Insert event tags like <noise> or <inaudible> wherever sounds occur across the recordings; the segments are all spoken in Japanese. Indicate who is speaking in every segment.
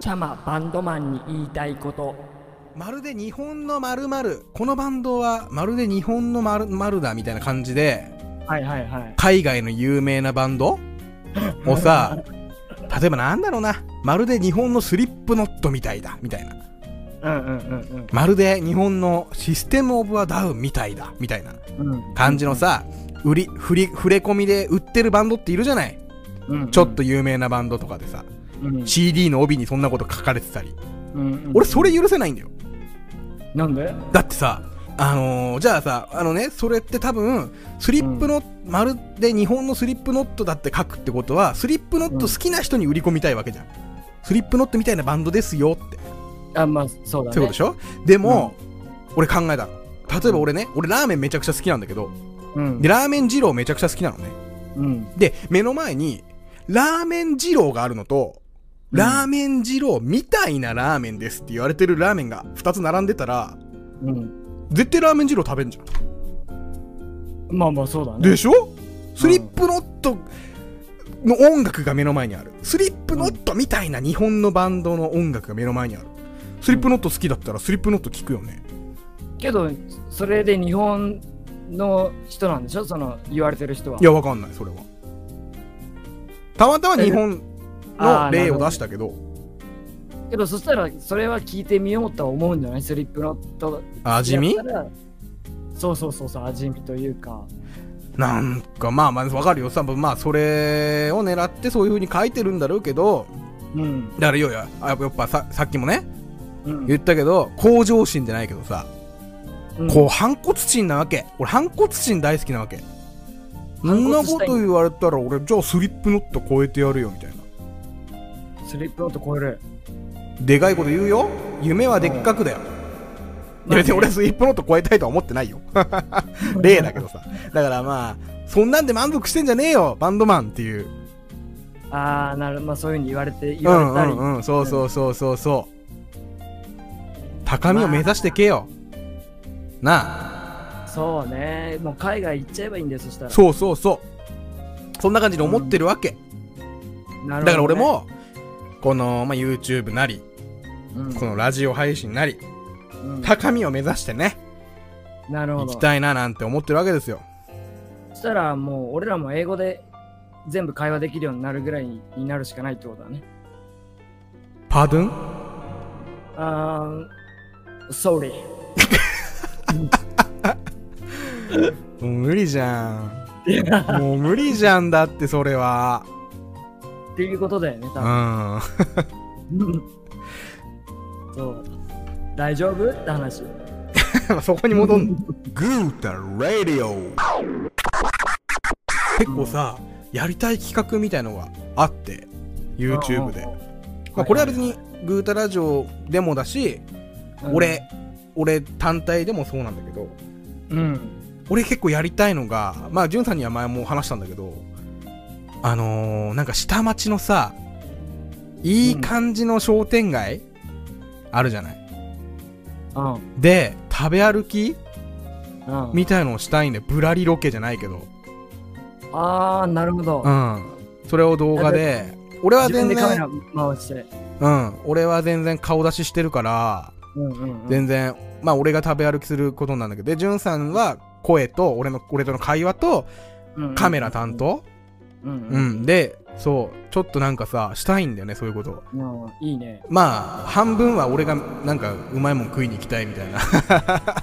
Speaker 1: ちゃまバンドマンに言いたいこと
Speaker 2: まるで日本のまるこのバンドはまるで日本のまるだみたいな感じで
Speaker 1: はいはいはい
Speaker 2: 海外の有名なバン
Speaker 1: <laughs>
Speaker 2: ドをさ例えばなんだろうなまるで日本のスリップノットみたいだみたいな
Speaker 1: うんうんうん
Speaker 2: まるで日本のシステム・オブ・ア・ダウンみたいだみたいな
Speaker 1: うんうん
Speaker 2: 感じのさ売り振り触れ込みで売ってるバンドっているじゃない
Speaker 1: うん
Speaker 2: ちょっと有名なバンドとかでさ、
Speaker 1: うん
Speaker 2: CD の帯にそんなこと書かれてたり
Speaker 1: うんうん
Speaker 2: 俺それ許せないんだよ
Speaker 1: なんで
Speaker 2: だってさあのー、じゃあさあのねそれって多分スリップの、まるで日本のスリップノットだって書くってことはスリップノット好きな人に売り込みたいわけじゃん、スリップノットみたいなバンドですよって
Speaker 1: あまあそうだね
Speaker 2: そういうことでしょでも、俺考えたの例えば俺ね俺ラーメンめちゃくちゃ好きなんだけど
Speaker 1: うん
Speaker 2: でラーメン二郎めちゃくちゃ好きなのね
Speaker 1: うん
Speaker 2: で目の前にラーメン二郎があるのと
Speaker 1: うん
Speaker 2: ラーメン二郎みたいなラーメンですって言われてるラーメンが2つ並んでたら
Speaker 1: うん
Speaker 2: 絶対ラーメン二郎食べんじゃん
Speaker 1: まあまあそうだね
Speaker 2: でしょスリップノットの音楽が目の前にあるスリップノットみたいな日本のバンドの音楽が目の前にあるスリップノット好きだったらスリップノット聞くよね
Speaker 1: けどそれで日本の人なんでしょその言われてる人はい
Speaker 2: やわかんないそれはたまたま日本
Speaker 1: あ
Speaker 2: の
Speaker 1: ーな
Speaker 2: 例
Speaker 1: るほ
Speaker 2: を
Speaker 1: ど
Speaker 2: 出したけど
Speaker 1: けどそしたらそれは聞いてみようとは思うんじゃないスリップノット
Speaker 2: 味見
Speaker 1: だったらそうそうそうそう味見というか
Speaker 2: なんかまあまあわかるよ多分まあそれを狙ってそういう風に書いてるんだろうけど
Speaker 1: うん
Speaker 2: だからいやいやあやっぱささっきもね
Speaker 1: うん
Speaker 2: 言ったけど向上心じゃないけどさ
Speaker 1: うん
Speaker 2: こう反骨心なわけ俺反骨心大好きなわけそんなこと言われたら俺じゃあスリップノット超えてやるよみたいな
Speaker 1: スリップノット超える
Speaker 2: でかいこと言うよ夢はでっかくだよいや別に俺スリップノット超えたいとは思ってないよ例だけどさだからまあそんなんで満足してんじゃねえよバンドマンっていう
Speaker 1: ああなるまあそういうふうに言われて言
Speaker 2: う
Speaker 1: われ
Speaker 2: ん
Speaker 1: たり、
Speaker 2: うんうんそうそうそうそうそう高みを目指してけよなあ
Speaker 1: そうねもう海外行っちゃえばいいんだよそしたら
Speaker 2: そうそうそうそんな感じで思ってるわけ
Speaker 1: なるほど
Speaker 2: だ
Speaker 1: ね
Speaker 2: から俺、もこの、まあ、YouTube なり
Speaker 1: うん
Speaker 2: このラジオ配信なり
Speaker 1: うん
Speaker 2: 高みを目指してね
Speaker 1: なるほ
Speaker 2: 行
Speaker 1: ど
Speaker 2: きたいななんて思ってるわけですよ
Speaker 1: そしたらもう俺らも英語で全部会話できるようになるぐらいになるしかないってことだね
Speaker 2: パードン
Speaker 1: あー sorry
Speaker 2: もう無理じゃ
Speaker 1: <laughs>
Speaker 2: んもう無理じゃんだってそれは
Speaker 1: っていうことだよね
Speaker 2: う
Speaker 1: 多分
Speaker 2: ん <laughs>
Speaker 1: <laughs> そう大丈夫って話
Speaker 2: そこに戻んグータラディオ結構さやりたい企画みたいのがあって YouTube で、まあ、これは別にグータラジオでもだし俺俺単体でもそうなんだけど
Speaker 1: うん
Speaker 2: 俺結構やりたいのがまあんさんには前も話したんだけどあのー、なんか下町のさいい感じの商店街、あるじゃない
Speaker 1: うんうん
Speaker 2: で食べ歩き
Speaker 1: うん
Speaker 2: みたいのをしたいんでぶらりロケじゃないけど
Speaker 1: ああなるほど
Speaker 2: うんそれを動画で俺は
Speaker 1: 自分
Speaker 2: 全
Speaker 1: でカメ
Speaker 2: 然
Speaker 1: ラ回して
Speaker 2: うん俺は全然顔出ししてるから
Speaker 1: うんうんうん
Speaker 2: 全然、まあ俺が食べ歩きすることなんだけどでんさんは声と俺の俺との会話と
Speaker 1: うんうん
Speaker 2: カメラ担当、
Speaker 1: うん
Speaker 2: う
Speaker 1: うん
Speaker 2: ん、で、そう、ちょっとなんかさ、したいんだよね、そういうこと。
Speaker 1: うんいいね
Speaker 2: まあ、半分は俺がなんかうまいもん食いに行きたいみたいな。
Speaker 1: だか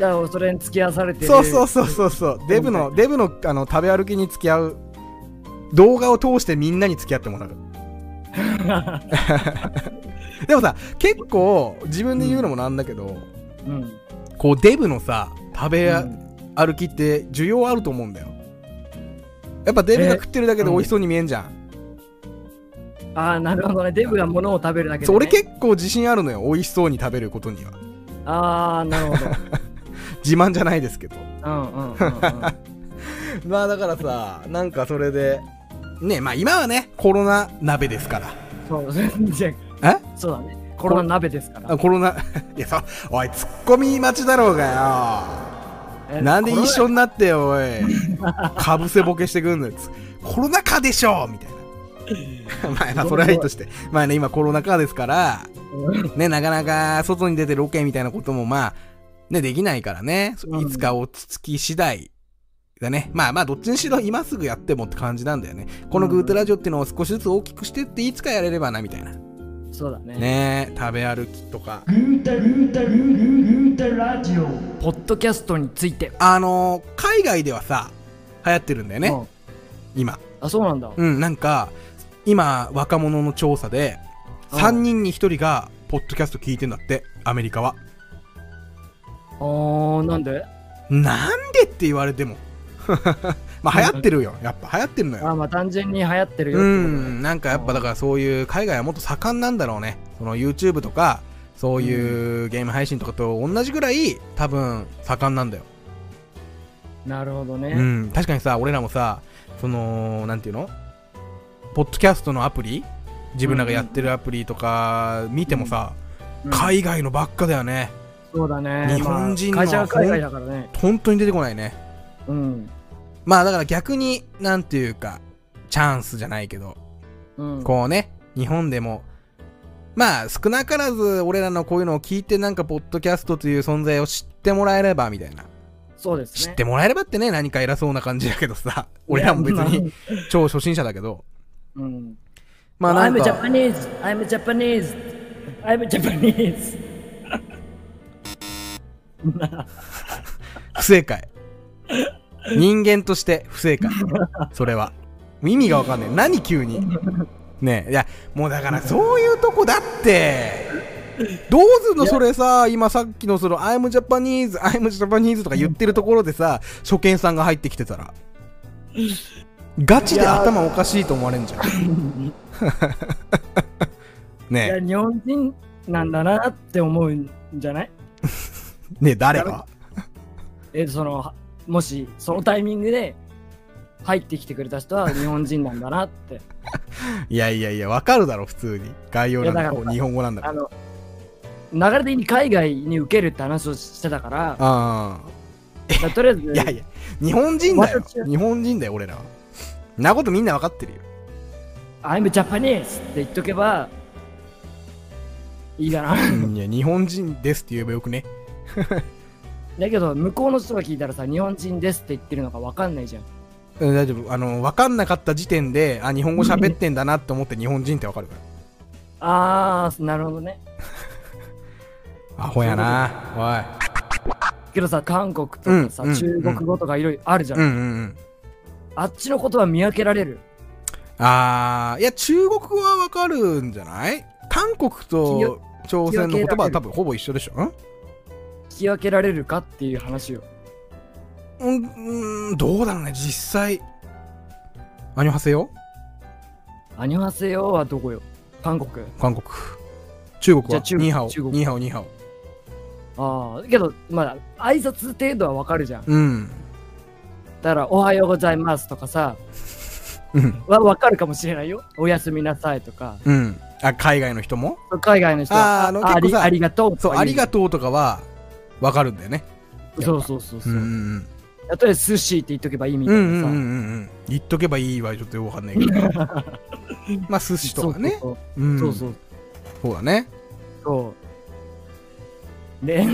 Speaker 1: らそれに付き合わされてる
Speaker 2: そうそうそうそうそう。デブの、デブのあの食べ歩きに付き合う動画を通してみんなに付き合っても <laughs> らう。でもさ、結構自分で言うのもなんだけど、
Speaker 1: うん
Speaker 2: こうデブのさ、食べ
Speaker 1: うん
Speaker 2: 歩きって需要あると思うんだよ。やっぱデブが食ってるだけで美味しそうに見えんじゃん。
Speaker 1: ああなるほどねデブが物を食べるだけで、ね、
Speaker 2: そう俺結構自信あるのよ、美味しそうに食べることには。
Speaker 1: ああなるほど
Speaker 2: 自慢じゃないですけど
Speaker 1: うんうんうんうん
Speaker 2: まあだからさなんかそれでねまあ今はねコロナ鍋ですから
Speaker 1: そう、じゃ
Speaker 2: <laughs> え
Speaker 1: そうだね。コロナ鍋ですから
Speaker 2: あ。コロナ <laughs> いやさおいツッコミ待ちだろうが
Speaker 1: え
Speaker 2: よなんで一緒
Speaker 1: コ
Speaker 2: になってよおいかぶせボケしてくんのよつコロナ禍でしょみたいな
Speaker 1: ロ
Speaker 2: <laughs> まあまあ、それはいいとして。まあね、今コロナ禍ですから、ね、なかなか外に出てロケみたいなこともまあ、ね、できないからね。
Speaker 1: うん
Speaker 2: いつか落ち着き次第だね。まあまあ、どっちにしろ今すぐやってもって感じなんだよね。このグートラジオっていうのを少しずつ大きくしてって、いつかやれればな、みたいな。
Speaker 1: そうだね
Speaker 2: ね食べ歩きとか。
Speaker 1: ポッドキャストについて
Speaker 2: あのー海外ではさ、流行ってるんだよね、
Speaker 1: うん
Speaker 2: 今。
Speaker 1: あそうなんだ
Speaker 2: うん、なんか、今、若者の調査で、
Speaker 1: うん
Speaker 2: 3人に1人が、ポッドキャスト聞いてんだって、アメリカは。
Speaker 1: あーなんで
Speaker 2: なんでって言われても。 <laughs> まあ、流行ってるよ。やっぱ流行ってるの
Speaker 1: あ
Speaker 2: よ。
Speaker 1: ーまあ単純に流行ってるよっ
Speaker 2: う
Speaker 1: てことね
Speaker 2: ん、なんかやっぱだからそういう、海外はもっと盛んなんだろうね。その YouTube とか、そういうゲーム配信とかと同じぐらい、多分、盛んなんだよ。
Speaker 1: なるほどね、
Speaker 2: うん、確かにさ俺らもさそのなんていうのポッドキャストのアプリ自分らがやってるアプリとか見てもさ、
Speaker 1: うん
Speaker 2: 海外のばっかだよね
Speaker 1: そうだね
Speaker 2: 日本人の
Speaker 1: まあ会社が海外だからね
Speaker 2: 本当に出てこないね
Speaker 1: うん
Speaker 2: まあだから逆になんていうかチャンスじゃないけど、
Speaker 1: うん
Speaker 2: こうね日本でもまあ少なからず俺らのこういうのを聞いてなんかポッドキャストという存在を知ってもらえればみたいな、
Speaker 1: そうです
Speaker 2: 知っ
Speaker 1: ね
Speaker 2: てもらえればってね何か偉そうな感じだけどさ俺らも別に超初心者だけど
Speaker 1: うん
Speaker 2: まあなんか
Speaker 1: I'm Japanese I'm Japanese I'm Japanese
Speaker 2: <laughs> 不正解人間として不正解それは意味がわかんない何急にねえいやもうだからそういうとこだってどうすんのそれさ今さっきのその「I'm Japanese」「I'm Japanese」とか言ってるところでさ初見さんが入ってきてたらガチで頭おかしいと思われんじゃん
Speaker 1: いや
Speaker 2: ね
Speaker 1: 日本人なんだなって思うんじゃない
Speaker 2: えねえ誰が
Speaker 1: えそのはもしそのタイミングで入ってきてくれた人は日本人なんだなって
Speaker 2: <laughs> いやいやいやわかるだろ普通に概要欄の日本語なんだか
Speaker 1: あ
Speaker 2: ら
Speaker 1: の流れ的に海外に受けるって話をしてたから
Speaker 2: ああ
Speaker 1: だからとりあえず
Speaker 2: いやいや、日本人だよ
Speaker 1: 私は。
Speaker 2: 日本人だよ、俺らは。なことみんな分かってるよ。
Speaker 1: <laughs> I'm Japanese って言っとけばいいかな <laughs>
Speaker 2: うんいや、日本人ですって言えばよくね。
Speaker 1: だけど向こうの人が聞いたらさ日本人ですって言ってるのかわかんないじゃん
Speaker 2: うん大丈夫。あの、分かんなかった時点で、あ、日本語喋ってんだなって思って日本人って分かるから。
Speaker 1: あーなるほどね
Speaker 2: アホやな。
Speaker 1: けどさ韓国とかさ、
Speaker 2: うんうん
Speaker 1: 中国語とかいろいろあるじゃ
Speaker 2: おい。
Speaker 1: ん、
Speaker 2: うんうんうん。
Speaker 1: あっちの言葉見分けられる
Speaker 2: あー、いや、中国語は分かるんじゃない韓国と朝鮮の言葉は多分ほぼ一緒でしょん
Speaker 1: 聞き分けられるかっていう話を
Speaker 2: うん、うん、どうだろうね、実際。アニョハセヨ
Speaker 1: アニョハセヨはどこよ韓国
Speaker 2: 韓国。中国
Speaker 1: じゃ
Speaker 2: は
Speaker 1: あ中
Speaker 2: ニーハオ、
Speaker 1: 中国
Speaker 2: ニーハオ、ニーハオ。
Speaker 1: ああけどまあ挨拶程度はわかるじゃん
Speaker 2: うん。
Speaker 1: だから「おはようございます」とかさ
Speaker 2: うん。
Speaker 1: はわかるかもしれないよ「おやすみなさい」とか
Speaker 2: うん。あ、海外の人も
Speaker 1: 海外の人は
Speaker 2: あーあの結
Speaker 1: あ
Speaker 2: 構
Speaker 1: り
Speaker 2: さ
Speaker 1: ありがとうと
Speaker 2: そう、
Speaker 1: か言
Speaker 2: ありがとうとかは、わかるんだよね。
Speaker 1: そうそうそうそうう、
Speaker 2: んうん
Speaker 1: 例えば寿司って言っとけばいいみ
Speaker 2: うん。うん
Speaker 1: たいなさ、
Speaker 2: うんうんうん。言っとけばいいわ、ちょっとよくわかんない
Speaker 1: <laughs>
Speaker 2: けど。まあ、寿司とかね。
Speaker 1: そう
Speaker 2: うん
Speaker 1: そうそう,、
Speaker 2: そうだね。
Speaker 1: そうそうで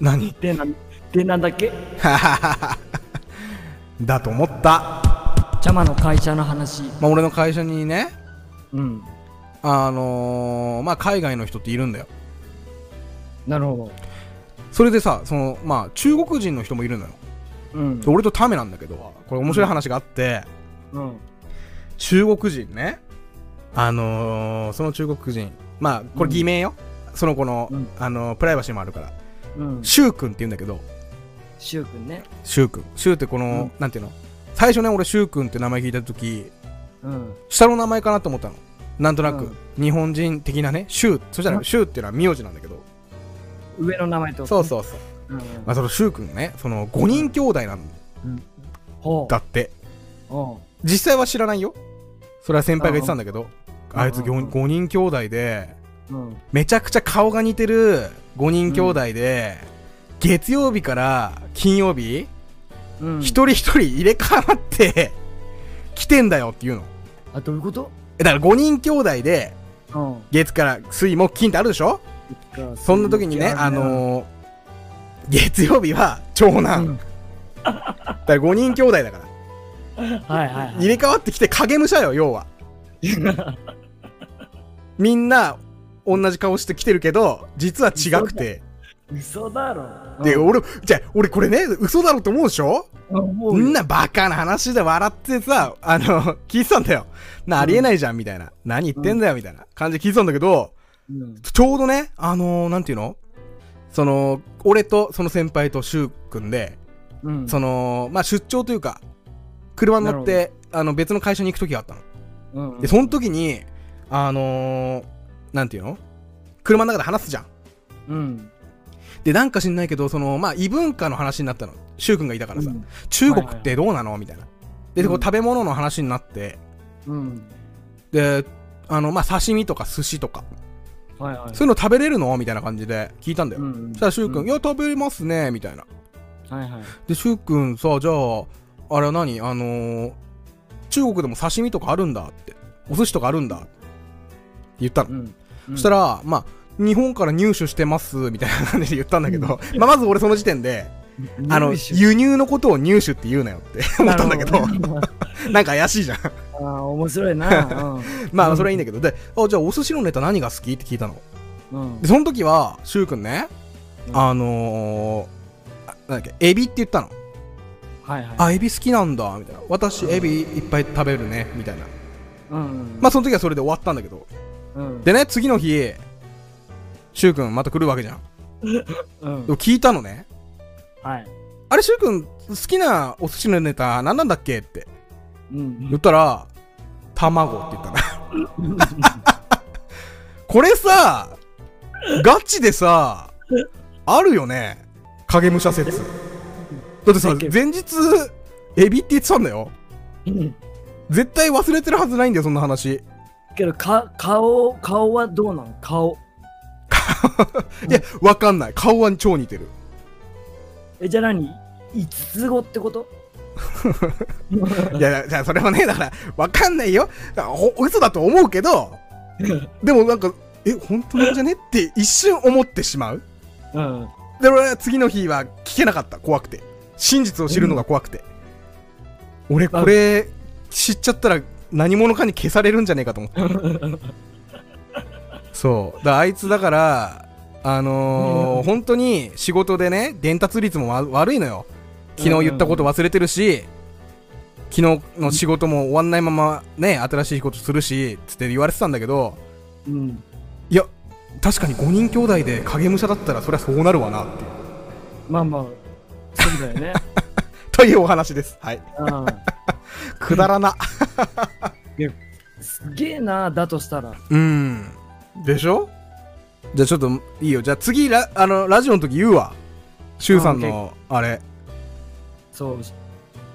Speaker 2: 何 <laughs>
Speaker 1: でなでなんだっけ
Speaker 2: だと思った。
Speaker 1: ジャマの会社の話
Speaker 2: まあ、俺の会社にね、
Speaker 1: うん
Speaker 2: あのー、まあ、海外の人っているんだよ。
Speaker 1: なるほ
Speaker 2: それでさ、その、まあ、中国人の人もいるのよ。
Speaker 1: どうん
Speaker 2: で俺とタメなんだけど、これ面白い話があって、
Speaker 1: うん
Speaker 2: 中国人ねあのー、その中国人まあこれ偽名よ、その子の、
Speaker 1: うん
Speaker 2: あのープライバシーもあるから
Speaker 1: うん
Speaker 2: シュウ君って言うんだけど
Speaker 1: しゅうくんね
Speaker 2: シュウ君シュウってこの、
Speaker 1: うん
Speaker 2: なんていうの最初ね俺シュウ君って名前聞いた時
Speaker 1: うん
Speaker 2: 下の名前かなと思ったのなんとなく、
Speaker 1: うん
Speaker 2: 日本人的なねシュウそした
Speaker 1: う
Speaker 2: ら
Speaker 1: ん
Speaker 2: シュウっていうのは名字なんだけど、
Speaker 1: 上の名前ってこと
Speaker 2: そう
Speaker 1: ね、
Speaker 2: そうそう、
Speaker 1: うんうん
Speaker 2: まあ、そのシュウ君ねその5人兄弟なん
Speaker 1: ほう
Speaker 2: だって
Speaker 1: ほ
Speaker 2: 実際は知らないよそれは先輩が言ってたんだけど、
Speaker 1: うん
Speaker 2: あいつ
Speaker 1: うん
Speaker 2: 5, 5人兄弟で
Speaker 1: ううん
Speaker 2: めちゃくちゃ顔が似てる5人兄弟で、月曜日から金曜日、
Speaker 1: うん
Speaker 2: 一人一人入れ替わって来てんだよっていうの
Speaker 1: あどういうこと
Speaker 2: えだから5人兄弟で、
Speaker 1: うん。
Speaker 2: 月から水木金ってあるでしょそんな時にね、あのー月曜日は長男。
Speaker 1: うん
Speaker 2: だから5人兄弟だから。
Speaker 1: はいはいは
Speaker 2: 入
Speaker 1: い。
Speaker 2: れ替わってきて影武者よ、要
Speaker 1: <laughs>
Speaker 2: は。みんな、同じ顔してきてるけど、実は違くて。
Speaker 1: 嘘だろ。
Speaker 2: で、俺、じゃあ俺これね、嘘だろと思うでしょ
Speaker 1: み
Speaker 2: みんなバカな話で笑ってさ、あの、聞いてたんだよ。な、ありえないじゃん、みたいな。何言ってんだよ、みたいな感じで聞いてたんだけど、ちょうどね、あのー、なんていうのその、俺とその先輩と柊くんで、
Speaker 1: うん。
Speaker 2: その、まあ、出張というか、車に乗って、あの、別の会社に行く時があったの。
Speaker 1: うん
Speaker 2: で、その時に、あのー、なんていうの車の中で話すじゃん。
Speaker 1: うん。
Speaker 2: で、なんか知んないけど、その、まあ、異文化の話になったの。柊くんがいたからさ、
Speaker 1: うん
Speaker 2: 中国ってどうなのみたいな。で、こ
Speaker 1: う
Speaker 2: うん食べ物の話になって、
Speaker 1: うん。
Speaker 2: で、あの、まあ、刺身とか寿司とか、
Speaker 1: はいはい。
Speaker 2: そういうの食べれるのみたいな感じで聞いたんだよ。
Speaker 1: うん
Speaker 2: そしたら、しゅうく、
Speaker 1: うん
Speaker 2: いや、食べれますね、みたいな。
Speaker 1: はいはい。
Speaker 2: で、しゅうくんさ、じゃあ、あれは何あのー、中国でも刺身とかあるんだって。お寿司とかあるんだって言ったの。
Speaker 1: うん。
Speaker 2: そした
Speaker 1: ら、
Speaker 2: ら、まあ、日本から入手してます、みたいな感じで言ったんだけど、 <laughs> まあ、まず俺その時点で、あの、輸入のことを入手って言うなよって思ったんだけど、 <laughs> なんか怪しいじゃん。
Speaker 1: ああ、面白いな。
Speaker 2: まあ、それはいいんだけど、で、あ、じゃあお寿司のネタ何が好きって聞いたの。 <laughs>
Speaker 1: うん。
Speaker 2: でその時は、しゅうくんね、
Speaker 1: うん
Speaker 2: あのー、あなんだっけ、エビって言ったの。
Speaker 1: はいはい。
Speaker 2: あ、エビ好きなんだ、みたいな。私、エビいっぱい食べるね、みたいな。
Speaker 1: うん。
Speaker 2: まあ、その時はそれで終わったんだけど。
Speaker 1: うん。
Speaker 2: でね、次の日、しゅうくんまた来るわけじゃん。
Speaker 1: うん
Speaker 2: でも聞いたのね。
Speaker 1: はい。
Speaker 2: あれ、しゅうくん、好きなお寿司のネタ何なんだっけって
Speaker 1: うん
Speaker 2: 言っ。たら、卵って言ったの。 <laughs> これさ、ガチでさ、あるよね。影武者説。だってさ、前日、エビって言ってたんだよ。絶対忘れてるはずないんだよ、そんな話。い
Speaker 1: けど、か、顔、顔はどうなの顔。
Speaker 2: や、わかんない。顔は超似てる。
Speaker 1: え、じゃあ何五つ子って
Speaker 2: <laughs>
Speaker 1: こと
Speaker 2: いや、じゃあそれはね、だから、わかんないよ。だからほ嘘だと思うけど、でもなんか、え、本当なんじゃねって一瞬思ってしまう。
Speaker 1: うん。
Speaker 2: で、俺は次の日は聞けなかった。怖くて。真実を知るのが怖くて。俺、これ、知っちゃったら何者かに消されるんじゃねえかと思って。そう。だあいつだから、あのー、本当に仕事でね、伝達率もわ悪いのよ。昨日言ったこと忘れてるし、昨日の仕事も終わんないままね、新しいことするし、つって言われてたんだけど、
Speaker 1: うん。
Speaker 2: いや、確かに5人兄弟で影武者だったらそりゃそうなるわなって。
Speaker 1: まあまあ、そうだよ
Speaker 2: <laughs>
Speaker 1: ね。
Speaker 2: というお話です。はい。
Speaker 1: うん。
Speaker 2: くだらな。
Speaker 1: すげえな、だとしたら。
Speaker 2: うん。でしょじゃあちょっと、いいよ。じゃあ次、ラあのラジオの時言うわ。しゅうさんの、あれ、
Speaker 1: そう。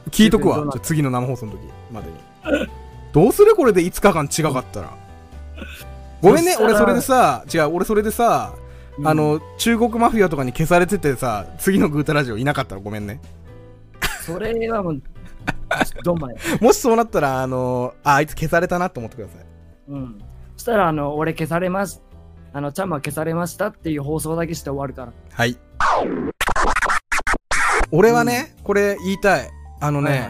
Speaker 2: 聞いとくわ。
Speaker 1: シュウ君どうな
Speaker 2: じゃあ次の生放送の時までに。どうするこれで5日間違かったら。ごめんね、
Speaker 1: そしたら
Speaker 2: 俺それでさ、違う、俺それでさ、あ
Speaker 1: うん、
Speaker 2: の、中国マフィアとかに消されててさ、次のグータラジオいなかったらごめんね。
Speaker 1: それはもう、どんまい。
Speaker 2: もしそうなったら、あの、あ、あいつ消されたなと思ってください。
Speaker 1: うん。そしたら、あの、俺消されます。あの、ちゃんま消されましたっていう放送だけして終わるから。
Speaker 2: はい。俺はね、これ言いたい。あのね、
Speaker 1: はいはい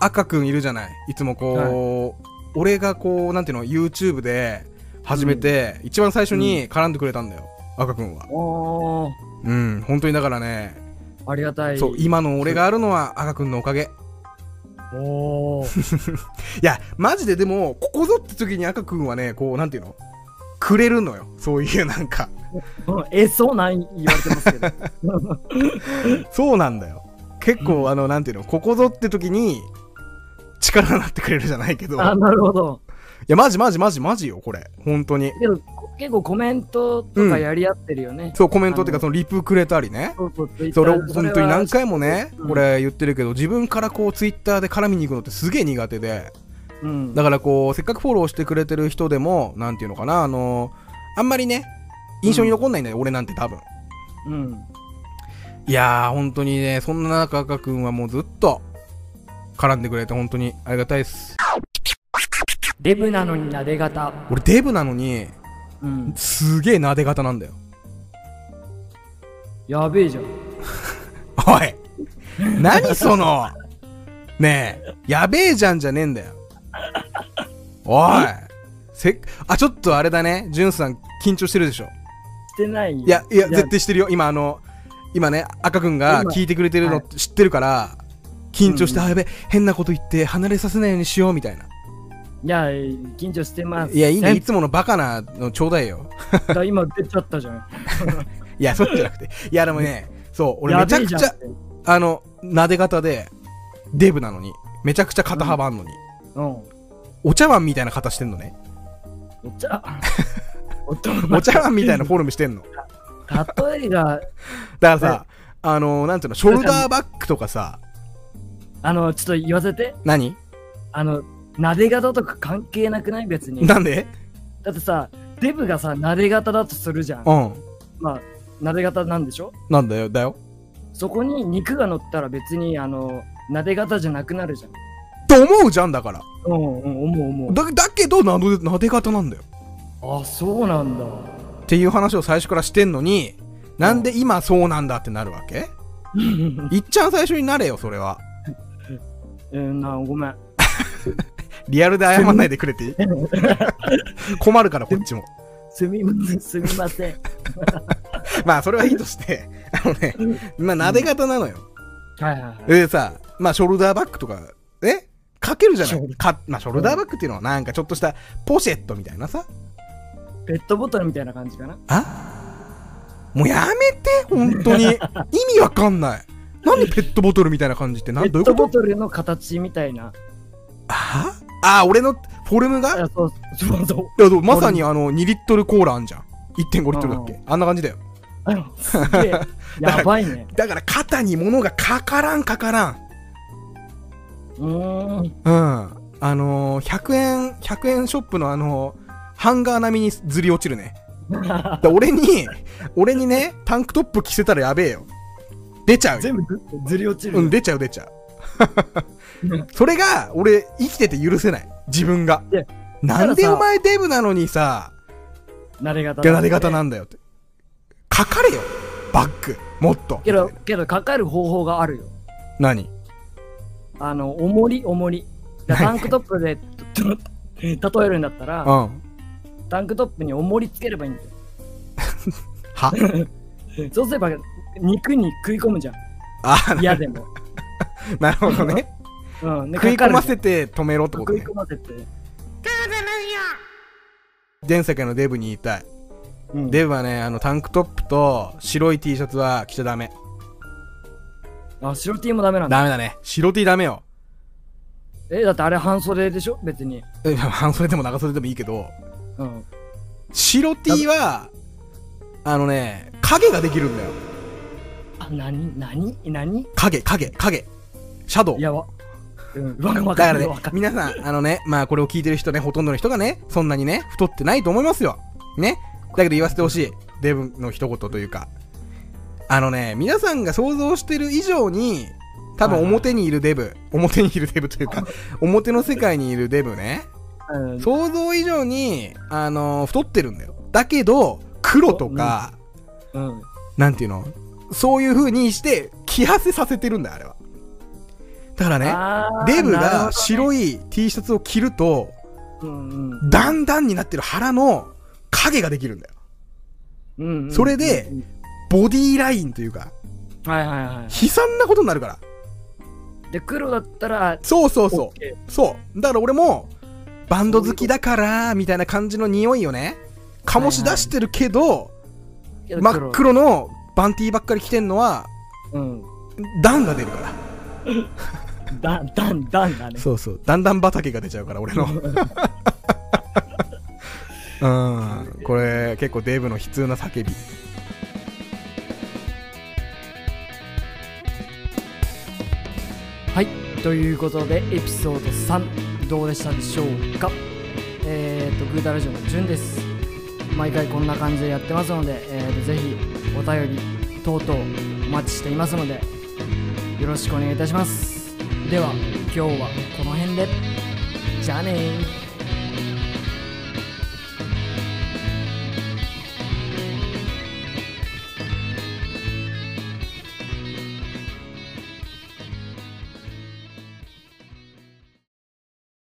Speaker 2: 赤くんいるじゃない。いつもこう、俺がこう、なんていうの、YouTube で始めて、一番最初に絡んでくれたんだよ。赤くんは。
Speaker 1: おー、
Speaker 2: うん、本当にだからね、
Speaker 1: ありがたい。
Speaker 2: そう、今の俺があるのは <laughs> 赤くんのおかげ。
Speaker 1: おー。
Speaker 2: いや、マジででも、ここぞって時に赤くんはね、こう、なんていうのくれるのよ。そういうなんか。
Speaker 1: うんえ、そうなん言われてますけ
Speaker 2: <laughs>
Speaker 1: ど。
Speaker 2: そうなんだよ。結構、あの、なんていうの、ここぞって時に、力になってくれるじゃないけど。
Speaker 1: あ、なるほど。
Speaker 2: いや、マジマジマジマジよ、これ。本当に。
Speaker 1: けど、こ結構コメントとかやり合ってるよね。
Speaker 2: そう、コメントっていう
Speaker 1: あ
Speaker 2: か、その
Speaker 1: の
Speaker 2: リプくれたりね。
Speaker 1: そうそう、ツイッタ
Speaker 2: それ、
Speaker 1: ーで
Speaker 2: 本当に何回もね、
Speaker 1: うん
Speaker 2: これ言ってるけど、自分からこう、ツイッターで絡みに行くのってすげえ苦手で、
Speaker 1: うん。
Speaker 2: だからこう、せっかくフォローしてくれてる人でも、なんていうのかな、あのあんまりね、印象に残んないんだよ、俺なんて多分。
Speaker 1: うん。
Speaker 2: いやー、本当にね、そんな中、赤くんはもうずっと、絡んでくれて、本当にありがたいっす。
Speaker 1: デブなのになで型。
Speaker 2: 俺デブなのに
Speaker 1: うん。
Speaker 2: すげえ撫で方なんだよ
Speaker 1: やべえじゃん。
Speaker 2: おい何そのねえやべえじゃんじゃねえんだよおいせっあちょっとあれだねジュンさん緊張してるでしょ
Speaker 1: してないよ
Speaker 2: いやいや
Speaker 1: じゃあ
Speaker 2: 絶対してるよ今あの今ね赤くんが
Speaker 1: 今
Speaker 2: 聞いてくれてるの知ってるから緊張して、
Speaker 1: うん
Speaker 2: あやべ変なこと言って離れさせないようにしようみたいない
Speaker 1: や、緊張してます。
Speaker 2: いやいいねい
Speaker 1: ね。
Speaker 2: つものバカなのちょうだいよ
Speaker 1: だ今出ちゃったじゃん。
Speaker 2: いやそうじゃなくていやでもねそう俺
Speaker 1: や
Speaker 2: めち
Speaker 1: べ
Speaker 2: ゃ
Speaker 1: え
Speaker 2: く
Speaker 1: じ
Speaker 2: ち
Speaker 1: ゃん
Speaker 2: ゃあの撫で方でデブなのにめちゃくちゃ肩幅あんのに、
Speaker 1: うん。
Speaker 2: お茶碗みたいな肩してんの <laughs> ね
Speaker 1: お
Speaker 2: <laughs>
Speaker 1: 茶。お茶。
Speaker 2: お茶碗みたいなフォルムしてんの
Speaker 1: 例えが、
Speaker 2: だからさあのなんていうのショルダーバッグとかさ
Speaker 1: あの、ちょっと言わせて。
Speaker 2: 何
Speaker 1: あの、撫で方とか関係なくない別に。
Speaker 2: <laughs>
Speaker 1: だ
Speaker 2: なんで
Speaker 1: ってさ、デブがさ、撫で方だとするじゃ
Speaker 2: う
Speaker 1: ん。
Speaker 2: ん
Speaker 1: まあ、撫で方なんでしょ
Speaker 2: なんだよだよ
Speaker 1: そこに肉が乗ったら別に、あの、撫で方じゃなくなるじゃん。
Speaker 2: と思うじゃんだから
Speaker 1: うんうん、思う思う。
Speaker 2: だだけどなでなで方なんだよ
Speaker 1: あ、そうなんだ。
Speaker 2: っていう話を最初からしてんのになんで今そうなんだってなるわけいっちゃん最初になれよそれは
Speaker 1: うん、な、ごめん。
Speaker 2: リアルで謝んないでくれて <laughs> いい困るからこっちも
Speaker 1: すみません、すみ
Speaker 2: <laughs>
Speaker 1: ません。
Speaker 2: まあそれはいいとしてあのねまあなで方なのよ
Speaker 1: はいはいはい。
Speaker 2: でさまあショルダーバッグとかえかけるじゃな
Speaker 1: ショ
Speaker 2: い
Speaker 1: ル
Speaker 2: か、まあ、ショルダーバッグっていうのはなんかちょっとしたポシェットみたいなさ
Speaker 1: ペットボトルみたいな感じかな。
Speaker 2: あもうやめて本当
Speaker 1: <laughs>
Speaker 2: に意味わかんないなんでペットボトルみたいな感じってな
Speaker 1: ペ
Speaker 2: んどうい
Speaker 1: ッ
Speaker 2: うこ
Speaker 1: ト
Speaker 2: と
Speaker 1: ボトルの形みたいな。
Speaker 2: ああ俺のフォルムが
Speaker 1: あそうそうそう。
Speaker 2: いやでもまさにあの2リットルコーラあんじゃん1.5リットルだっけあんな感じだよ
Speaker 1: あのす
Speaker 2: <laughs>
Speaker 1: げえ。やばいね。
Speaker 2: だから肩に物がかからんかからん
Speaker 1: う
Speaker 2: う
Speaker 1: ーん。
Speaker 2: んあのー、100円100円ショップのあのーハンガー並みにずり落ちる
Speaker 1: <laughs>
Speaker 2: ねだから俺に俺にねタンクトップ着せたらやべえよ出ちゃうよ
Speaker 1: 全部ずずり落ちる。
Speaker 2: うん出ちゃう出ちゃう <laughs> それが俺生きてて許せない自分が
Speaker 1: いや
Speaker 2: なんでお前デブなのにさ
Speaker 1: 慣れ方だね、
Speaker 2: なで方なんだよってかかれよバッグもっと
Speaker 1: けど、けど、かかる方法があるよ。
Speaker 2: 何
Speaker 1: あの、重り、重り。だからタンクトップで例えるんだった
Speaker 2: う
Speaker 1: ら、
Speaker 2: ん
Speaker 1: タンクトップに重りつければいいんだよ。
Speaker 2: <laughs> は
Speaker 1: <laughs> そうすれば、肉に食い込むじゃん。
Speaker 2: あ
Speaker 1: 嫌でも。
Speaker 2: なるほどね
Speaker 1: うん。で
Speaker 2: 食い込ま
Speaker 1: かかる
Speaker 2: せて止めろってこと
Speaker 1: じゃん
Speaker 2: ね
Speaker 1: 食い込ませて。
Speaker 2: 前世界のデブに言いたい
Speaker 1: うん、
Speaker 2: デブはねあのタンクトップと白い T シャツは着ちゃダメ
Speaker 1: あ、白 T もダメなんだ。
Speaker 2: ダメだね白 T ダメよ
Speaker 1: え、だってあれ半袖でしょ別に。
Speaker 2: え半袖でも長袖でもいいけど
Speaker 1: うん。
Speaker 2: 白 T はあのね影ができるんだよ
Speaker 1: あ、なに、なに、なに
Speaker 2: 影影影シャドウ
Speaker 1: いやわ。うん、わか
Speaker 2: だ
Speaker 1: わか
Speaker 2: から
Speaker 1: る
Speaker 2: ね
Speaker 1: わかる。
Speaker 2: 皆さんあのねまあこれを聞いてる人ねほとんどの人がねそんなにね太ってないと思いますよねだけど言わせてほしいデブの一言というかあのね皆さんが想像してる以上に多分
Speaker 1: はいはい
Speaker 2: 表にいるデブ表にいるデブというか表の世界にいるデブね
Speaker 1: うん
Speaker 2: 想像以上にあの太ってるんだよだけど黒とか、
Speaker 1: うん。
Speaker 2: なんていうのそういう風にして着痩せさせてるんだよあれはだからね
Speaker 1: あー
Speaker 2: デブ
Speaker 1: なるほど
Speaker 2: が白い T シャツを着ると
Speaker 1: うんうん
Speaker 2: だんだんになってる腹の影ができるんだよ
Speaker 1: うんうん
Speaker 2: それで
Speaker 1: うん
Speaker 2: ボディーラインというか
Speaker 1: うんはいはいは
Speaker 2: 悲惨なことになるから
Speaker 1: い。で、黒だったら、
Speaker 2: そうそう
Speaker 1: オ
Speaker 2: そ
Speaker 1: ッケ
Speaker 2: うそうだから俺もバンド好きだからみたいな感じの匂いをね醸し出してるけど、
Speaker 1: ーけど
Speaker 2: 真っ。黒のバンティーばっかり着てんのは
Speaker 1: うん。
Speaker 2: 段が出るから
Speaker 1: だん、だん、だんだね。
Speaker 2: そうそうだんだん畑が出ちゃうから俺の <laughs> うんこれ結構デブの悲痛な叫び
Speaker 1: はい、ということでエピソード3どうでしたでしょうかえっ、とグータラジオのじゅんです毎回こんな感じでやってますので、えーとぜひお便り等々お待ちしていますのでよろしくお願いいたしますでは今日はこの辺でじゃあねーう